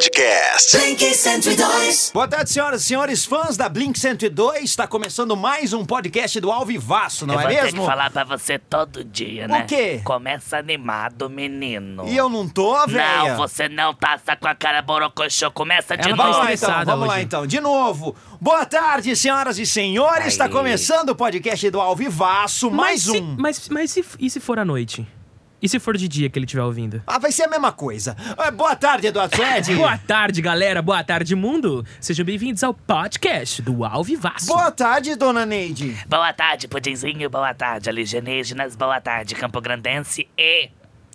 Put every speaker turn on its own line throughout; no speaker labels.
Podcast.
Blink 102.
Boa tarde, senhoras e senhores, fãs da Blink 102. Está tá começando mais um podcast do Alvivaço, não
eu
é
vou ter
mesmo?
que falar pra você todo dia, né?
quê?
Começa animado, menino.
E eu não tô, velho.
Não, você tá não tá tá com a cara borocochô. Começa de
uma
Vamos
novo.
lá então,
estressada
vamos lá
hoje.
então, de novo. Boa tarde, senhoras e senhores. Está
Aí.
começando o podcast do Alvivaço, mais
mas
um.
Se, mas mas se, e se for à noite? E se for de dia que ele estiver ouvindo?
Ah, vai ser a mesma coisa. Ah, Boa tarde, Eduardo Suede.
Boa tarde, galera. Boa tarde, mundo. Sejam bem-vindos ao podcast do Alvivaço.
Boa tarde, dona Neide.
Boa tarde, Pudinzinho. Boa tarde, Aligenígenas. Boa tarde, Campo Grandense e...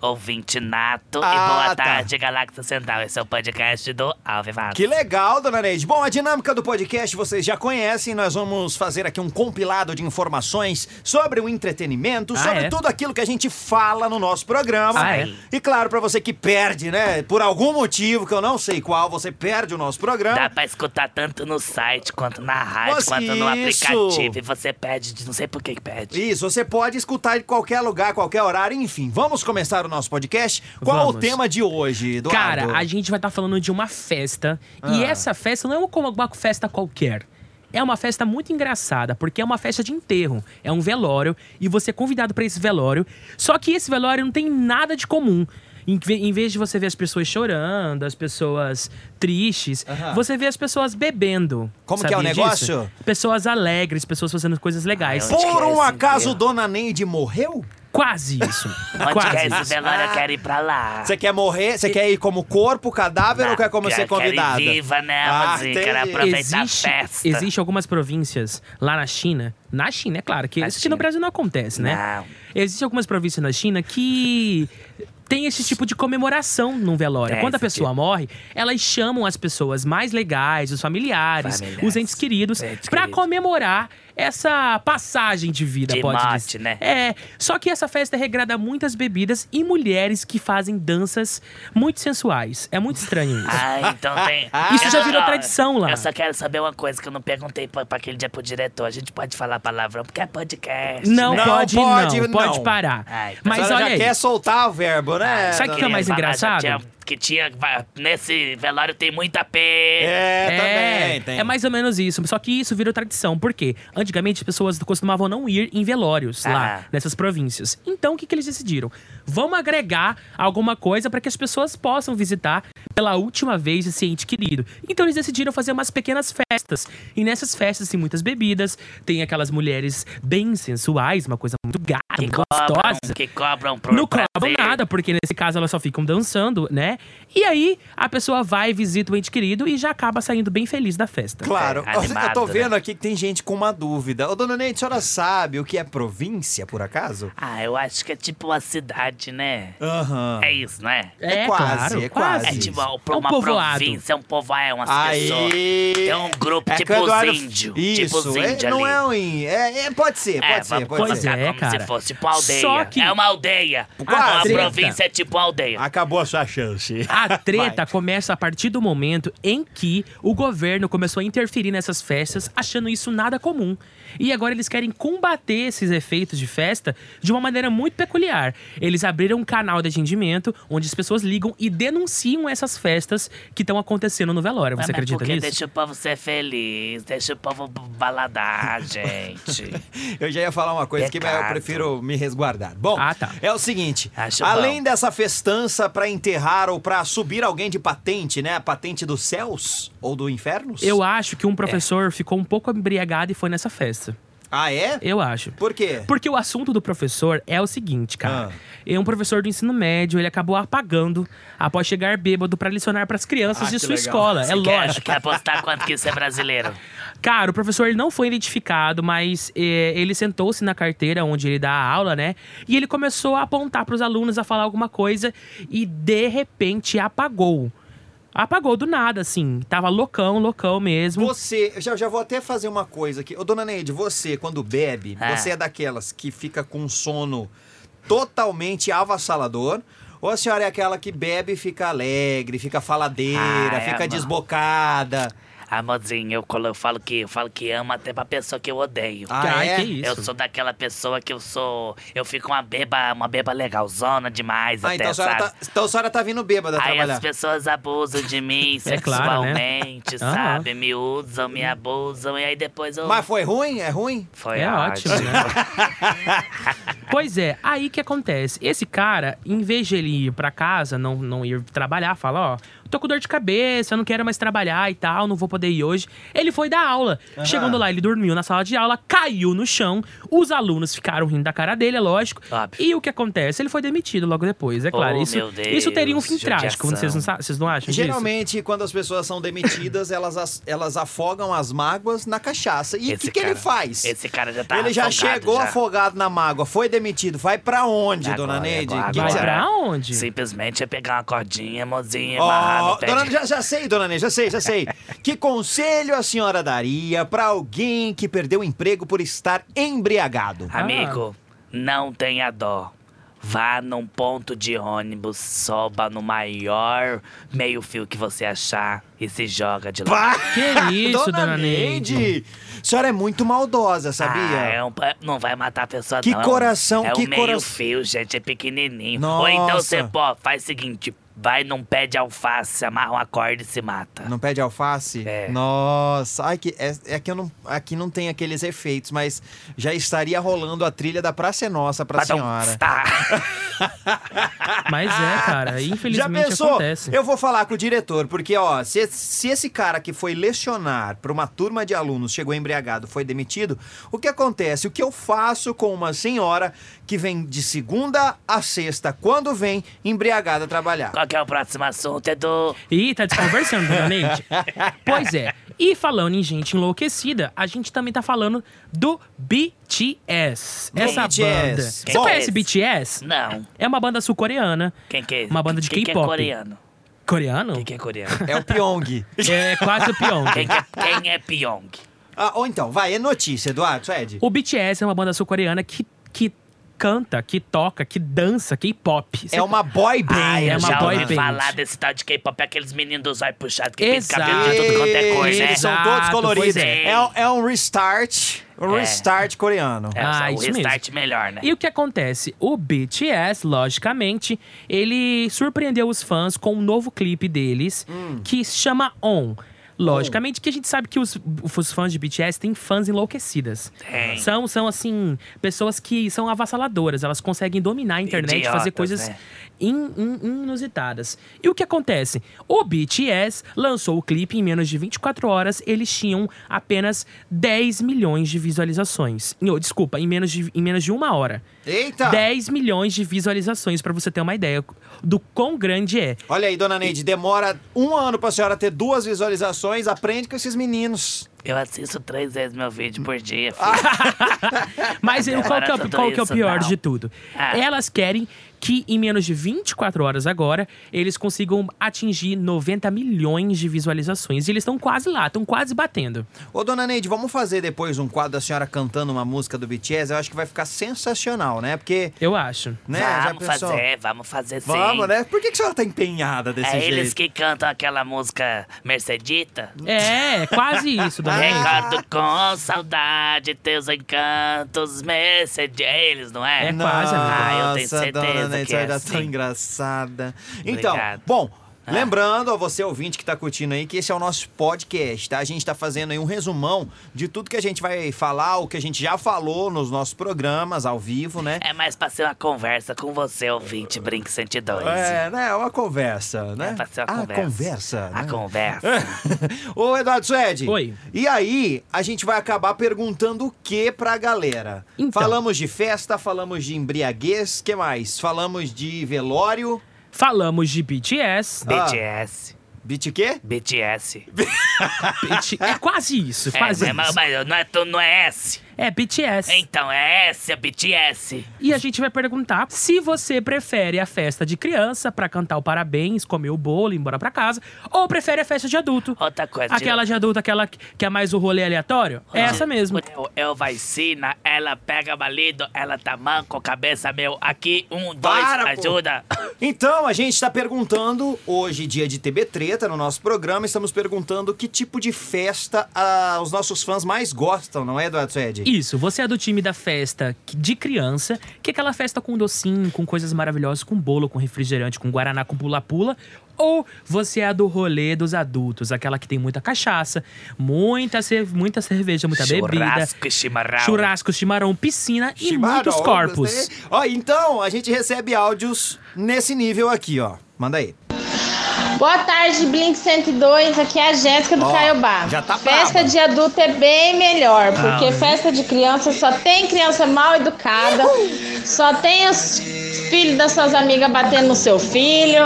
Ouvinte nato e
Ah,
boa
tá.
tarde, Galáxia Central. Esse é o podcast do Alvivato.
Que legal, dona Neide. Bom, a dinâmica do podcast vocês já conhecem. Nós vamos fazer aqui um compilado de informações sobre o entretenimento,
Ah,
sobre
é?
tudo aquilo que a gente fala no nosso programa.
Ah, é?
E claro, pra você que perde, né? Por algum motivo que eu não sei qual, você perde o nosso
Dá
programa.
pra escutar tanto no site, quanto na rádio,
Nossa,
quanto no
isso.
aplicativo. E você pede, de não sei por que que pede.
Isso, você pode escutar em qualquer lugar, qualquer horário, enfim. Vamos começar o nosso podcast. Qual
Vamos.
o tema de hoje, Eduardo? Ah.
Cara, a gente vai estar falando de uma festa. E essa festa não é como uma festa qualquer. É uma festa muito engraçada, porque é uma festa de enterro. É um velório e você é convidado pra esse velório. Só que esse velório não tem nada de comum. Em, ve- em vez de você ver as pessoas chorando, as pessoas tristes,
Aham.
você vê as pessoas bebendo.
Como que é o
Sabia disso?
negócio?
Pessoas alegres, pessoas fazendo coisas legais.
Ah, eu-
Por um
Esquece,
acaso,
é.
viu?
dona Neide morreu?
Quase isso.
Onde
Quase
quer esse
isso.
velório, eu quero ir pra lá.
Você quer morrer? Você quer ir como corpo, cadáver
Não,
ou quer como
quero-
ser convidada?
Quero ir viva, né,
Ah,
mas eu quero
entendi.
aproveitar a festa.
Existe algumas províncias lá na China. Na China, é claro, que
Na
isso que
China.
no Brasil não acontece, né?
Não.
Existem algumas províncias na China que tem esse tipo de comemoração num velório.
É,
Quando a
esse
pessoa morre, elas chamam as pessoas mais legais, os familiares,
Familiares.
os entes queridos,
Entes
pra
queridos.
comemorar essa passagem de vida,
De
pode
morte,
dizer.
né?
É, só que essa festa é regrada a muitas bebidas e mulheres que fazem danças muito sensuais. É muito estranho isso.
Ah, então tem.
Isso
Eu
já
só-
virou tradição lá.
Eu só quero saber uma coisa que eu não perguntei pra, pra aquele dia pro diretor. A gente pode falar palavrão porque é podcast.
Não,
né?
Não
pode,
pode,
não. Pode
não.
parar.
Ai, tá.
A
Mas
senhora
olha
já
aí.
quer soltar o verbo, né?
Sabe o que é
dona-
Queria
mais
falar,
engraçado?
já tinha- que tinha. va- Nesse velório tem muita P.
É,
É,
também, tem.
é mais ou menos isso. Só que isso virou tradição. Por quê? Antigamente, as pessoas costumavam não ir em velórios
Ah.
lá, nessas províncias. Então, o que, que eles decidiram? Vamos agregar alguma coisa para que as pessoas possam visitar pela última vez esse ente querido. Então, eles decidiram fazer umas pequenas festas. E nessas festas tem muitas bebidas, tem aquelas mulheres bem sensuais, uma coisa muito gata,
Que
muito
cobram,
gostosa.
que cobram pro
Não cobram
prazer.
nada, porque nesse caso elas só ficam dançando, né? E aí a pessoa vai, visita o ente querido e já acaba saindo bem feliz da festa.
Claro,
É,
eu
animado,
tô
né?
vendo aqui que tem gente com uma dúvida. Ô, dona Neide, a senhora sabe o que é província, por acaso?
Ah, eu acho que é tipo uma cidade, né?
Aham.
É isso, não é?
É quase, é quase.
É tipo uma,
Ah. É um
uma
povoado.
província, um povoado, é umas pessoas.
Aí.
Tem um grupo
É
tipo
que o Eduardo-
os índios. Tipo
Isso,
os
é-
índios
não
ali.
é um índio. É, é, pode ser, pode ser,
vamos
pode
Pois
ser.
colocar
é,
como
cara.
se fosse tipo uma aldeia.
Só que-
É uma aldeia.
Quase.
Uma
Treta.
província é tipo uma aldeia.
Acabou a sua chance.
A treta começa a partir do momento em que o governo começou a interferir nessas festas, achando isso nada comum. E agora eles querem combater esses efeitos de festa de uma maneira muito peculiar. Eles abriram um canal de atendimento onde as pessoas ligam e denunciam essas festas que estão acontecendo no velório.
Ah, Mas
Você acredita
porque
nisso?
deixa o povo ser feliz, deixa o povo b- baladar, gente.
Eu já ia falar uma coisa aqui, mas eu
Pecado.
prefiro me resguardar. Bom,
Ah, tá.
é o seguinte:
Acho
além
bom.
dessa festança pra enterrar ou pra subir alguém de patente, né? A patente dos céus ou do infernos?
Eu acho
É.
que um professor ficou um pouco embriagado e foi nessa festa.
Ah, é?
Eu acho.
Por quê?
Porque o assunto do professor é o seguinte, cara.
Ah.
É um professor do ensino médio, ele acabou apagando após chegar bêbado pra licionar pras crianças
Ah,
de
que
sua
legal.
escola. é
Você quer-
lógico.
Quer apostar quanto que isso é brasileiro?
Cara, o professor ele não foi identificado, mas eh, ele sentou-se na carteira onde ele dá a aula, né? E ele começou a apontar pros alunos, a falar alguma coisa e de repente apagou. Apagou do nada, assim. Tava loucão, loucão mesmo.
um-
Você, eu já, já vou até fazer uma coisa aqui. Ô, dona Neide, você, quando bebe,
Ah.
você é daquelas que fica com um sono totalmente avassalador? Ou a senhora é aquela que bebe e fica alegre, fica faladeira,
Ah, é,
fica
mano.
desbocada?
Amorzinho, eu, colo- eu falo que eu falo que amo até pra pessoa que eu odeio.
Ah,
Ai,
é?
que isso.
Eu sou daquela pessoa que eu sou. Eu fico uma beba, uma beba legalzona demais,
Ah,
até,
então a, senhora
sabe?
tá, então a senhora tá vindo bêbada
Aí
trabalhar.
as pessoas abusam de mim
É claro, né?
sexualmente,
Aham.
sabe? Me usam, me abusam, e aí depois
Então.
eu.
Mas foi ruim? É ruim?
Foi
É ótimo, né? pois é, aí que acontece. Esse cara, em vez de ele ir pra casa, não, não ir trabalhar, fala, ó, tô com dor de cabeça, eu não quero mais trabalhar e tal, não vou poder ir hoje. Ele foi dar aula. Chegando lá, ele dormiu na sala de aula, caiu no chão, os alunos ficaram rindo da cara dele, é lógico.
Óbvio.
E o que acontece? Ele foi demitido logo depois, é claro.
Oh,
isso,
meu Deus,
isso teria um fim trágico,
judiação.
vocês não, sa- vocês não acham disso?
Geralmente, quando as pessoas são demitidas, elas, as- elas afogam as mágoas na cachaça. E o
Esse
que, que ele
cara-
faz?
Esse cara já tá.
ele já
afogado
chegou
já.
afogado na mágoa, foi demitido. Vai pra onde,
Agora,
dona Neide?
agora,
Que que
Vai
você-
pra onde?
Simplesmente é pegar uma cordinha, mozinho, amarrar
Ó,
no pé.
dona,
de-
já, já sei, dona Neide, já sei, já sei. que conselho a senhora daria pra alguém que perdeu o emprego por estar embriagado?
Amigo,
Ah.
não tenha dó. Vá num ponto de ônibus, soba no maior meio-fio que você achar e se joga de lá.
Pá!
Que isso, dona
Neide! A senhora é muito maldosa, sabia?
Ah, é um pa- não vai matar a pessoa,
Que
não.
coração,
é
que
um meio
cora-
fio, gente, é pequenininho.
Nossa.
Ou então você, pô, faz o seguinte, vai num pé de alface, amarra uma corda e se mata.
Não pede alface?
É.
Nossa, ai que é, é que eu não, aqui não tem aqueles efeitos, mas já estaria rolando a trilha da Praça é Nossa pra
Badum,
senhora.
tá.
Mas é, cara,
Já
infelizmente
pensou?
acontece.
Eu vou falar com o diretor, porque ó, se, se esse cara que foi lecionar pra uma turma de alunos, chegou embriagado, foi demitido, o que acontece? O que eu faço com uma senhora que vem de segunda a sexta, quando vem embriagada trabalhar?
Qual que é o próximo assunto, Edu?
Ih, tá desconversando, dona Neide. Pois é. E falando em gente enlouquecida, a gente também tá falando do BTS. Essa banda.
BTS.
Você
Quem é
conhece
esse?
BTS?
Não.
É uma banda sul-coreana.
Quem que é?
Uma banda de
Quem que é
K-pop.
coreano?
Coreano?
Quem que é coreano?
É o Pyong.
É quase o
Quem,
Pyong.
que é, quem é Pyong?
Ah, ou então, vai, é notícia, Eduardo, Suede.
O BTS é uma banda sul-coreana que, que canta, que toca, que dança K-pop.
É uma boy band.
Ah, é
eu
uma
já
boy
ouvi
band.
falar desse tal de K-pop, é aqueles meninos dos olhos puxados que pintam
Exato.
cabelo de tudo quanto é cor,
Eles
né?
Exato,
são todos coloridos.
pois é.
É, um- é um restart. Um
É.
restart coreano.
É,
Ah,
o
isso
restart melhor, né?
E o que acontece? O BTS, logicamente, ele surpreendeu os fãs com um novo clipe deles
Hum.
que se chama On. Logicamente que a gente sabe que os, os fãs de BTS têm fãs enlouquecidas.
Tem.
São, são, assim, pessoas que são avassaladoras. Elas conseguem dominar a internet e
Idiotas,
fazer coisas
né?
in- in- inusitadas. E o que acontece? O BTS lançou o clipe em menos de 24 horas, eles tinham apenas 10 milhões de visualizações. Em- oh, desculpa, em menos de, em menos de uma hora.
Eita!
10 milhões de visualizações, pra você ter uma ideia do quão grande é.
Olha aí, dona Neide, demora um ano pra senhora ter duas visualizações. Aprende com esses meninos.
Eu assisto três vezes meu vídeo por dia, filho.
Mas
Não
qual, que é,
era
o- qual que é o
tudo
pior
isso, não.
de tudo?
Ah.
Elas querem que em menos de 24 horas agora, eles consigam atingir 90 milhões de visualizações. E eles estão quase lá, estão quase batendo.
Ô, dona Neide, vamos fazer depois um quadro da senhora cantando uma música do BTS? Eu acho que vai ficar sensacional, né? Porque,
Eu acho.
né,
vamos
já pensou?
fazer, vamos fazer sim.
Vamos, né? Por que, que a senhora tá empenhada desse
É
jeito?
eles que cantam aquela música Mercedita?
É, quase isso,
Ah.
dona Neide.
Recordo com saudade teus encantos, Mercedes. É eles, não é?
É
Nossa, né?
quase, amigo.
Ah, eu tenho
dona
certeza
Neide,
que é
olha, tão
assim.
engraçada. Então,
Obrigado. Ah.
bom, lembrando a você ouvinte que tá curtindo aí que esse é o nosso podcast, tá? A gente tá fazendo aí um resumão de tudo que a gente vai falar, o que a gente já falou nos nossos programas ao vivo, né?
É mais pra ser uma conversa com você, ouvinte Brink 102.
É, né? É uma conversa, né?
É pra ser uma
a
conversa.
conversa.
A
né?
conversa.
Ô, Eduardo Suede.
Oi.
E aí, a gente vai acabar perguntando o que pra galera?
Então.
Falamos de festa, falamos de embriaguez, que mais? Falamos de velório.
Falamos de BTS.
Ah.
BTS.
Bit quê?
BTS.
BT É quase isso,
É,
quase
mas,
isso.
mas não, é, tu- não é S.
É BTS.
Então é essa, BTS.
E a gente vai perguntar se você prefere a festa de criança pra cantar o parabéns, comer o bolo e ir embora pra casa, ou prefere a festa de adulto.
Outra coisa.
Aquela de adulto, aquela que que é mais o rolê aleatório? É essa mesmo.
Eu, eu vai sina, ela pega balido, ela tá manco, cabeça meu. Aqui, um, dois,
Para, pô.
ajuda.
Então, a gente está perguntando, hoje, dia de TB Treta, no nosso programa, estamos perguntando que tipo de festa ah, os nossos fãs mais gostam, não é, Eduardo Suede?
Isso, você é do time da festa que- de criança, que é aquela festa com docinho, com coisas maravilhosas, com bolo, com refrigerante, com guaraná, com pula-pula. Ou você é a do rolê dos adultos, aquela que tem muita cachaça, muita, ce- muita cerveja, muita bebida,
Churrasco e chimarrão.
churrasco, chimarrão, piscina e
Chimarrão,
muitos
né?
corpos.
gostei. Ó, então, a gente recebe áudios nesse nível aqui, ó. Manda aí.
Boa tarde, Blink 102. Aqui é a Jéssica do
Ó,
Caiobá.
já tá né?
festa
braba.
de adulto é bem melhor, porque
Ah.
festa de criança só tem criança mal educada, só tem os filhos das suas amigas batendo no seu filho.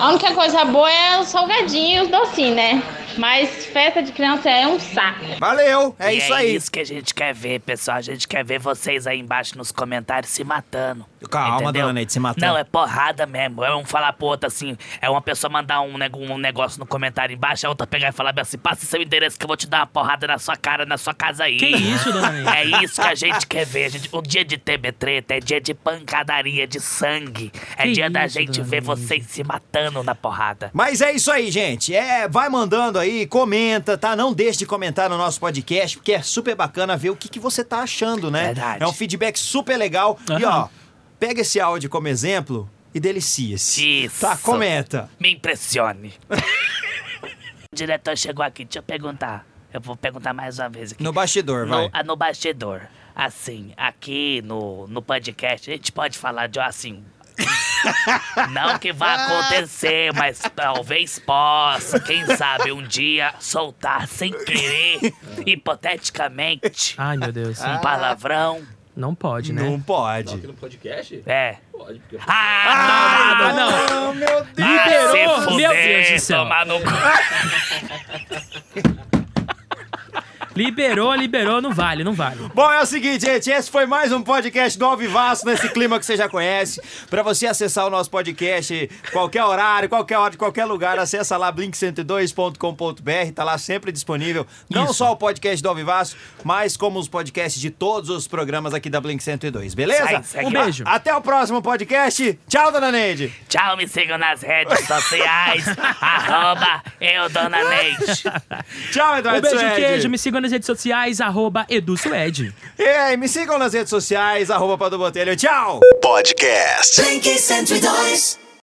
A única coisa boa é o salgadinho e os docinhos, né? Mas festa de criança é um saco.
Valeu, é
E
isso aí.
É isso que a gente quer ver, pessoal. A gente quer ver vocês aí embaixo nos comentários se matando.
Calma,
entendeu?
dona Neide, se matando.
Não, é porrada mesmo. É um falar pro outro assim. É uma pessoa mandar um, neg- um negócio no comentário embaixo, a outra pegar e falar bem assim: passa seu endereço que eu vou te dar uma porrada na sua cara, na sua casa aí.
Que isso, dona Neide?
É isso que a gente quer ver. gente. O dia de TB treta é dia de pancadaria, de sangue. É
Que
dia da
isso,
gente
dona
ver
Neide?
vocês se matando na porrada.
Mas é isso aí, gente. É, vai mandando aí, comenta, tá? Não deixe de comentar no nosso podcast, porque é super bacana ver o que, que você tá achando, né?
Verdade.
É um feedback super legal. E
Aham.
ó, pega esse áudio como exemplo e delicia-se.
Isso.
Tá, comenta.
Me impressione. o diretor chegou aqui, deixa eu perguntar. Eu vou perguntar mais uma vez aqui.
No bastidor,
No,
vai.
ah, no bastidor. Assim, aqui no, no podcast, a gente pode falar de assim. Não que vá acontecer, mas talvez possa, quem sabe, um dia soltar sem querer, hipoteticamente,
Ai, meu Deus.
um palavrão.
Não pode, né?
Não pode.
Aqui no podcast?
É.
Pode, porque
Ah, não, não, não.
não, meu Deus.
Ah,
Liberou,
se
meu
fuder,
Deus do céu.
tomar no cu.
Liberou, liberou, não vale, não vale.
Bom, é o seguinte, gente, esse foi mais um podcast do Alvivaço, nesse clima que você já conhece. Pra você acessar o nosso podcast, qualquer horário, qualquer hora, de qualquer lugar, acessa lá blink102.com.br, tá lá sempre disponível. Não
Isso.
só o podcast do Alvivaço, mas como os podcasts de todos os programas aqui da Blink 102, beleza?
Sai, segue
Um lá. beijo.
Até o próximo podcast. Tchau, dona Neide.
Tchau, me sigam nas redes sociais. arroba eu, Dona Neide.
Tchau, Eduardo
Um beijo,
Suede.
queijo. Me sigam nas redes sociais, arroba EduSuede.
E aí, me sigam nas redes sociais, arroba Padu Botelho. Tchau!
Podcast.
Blink 102.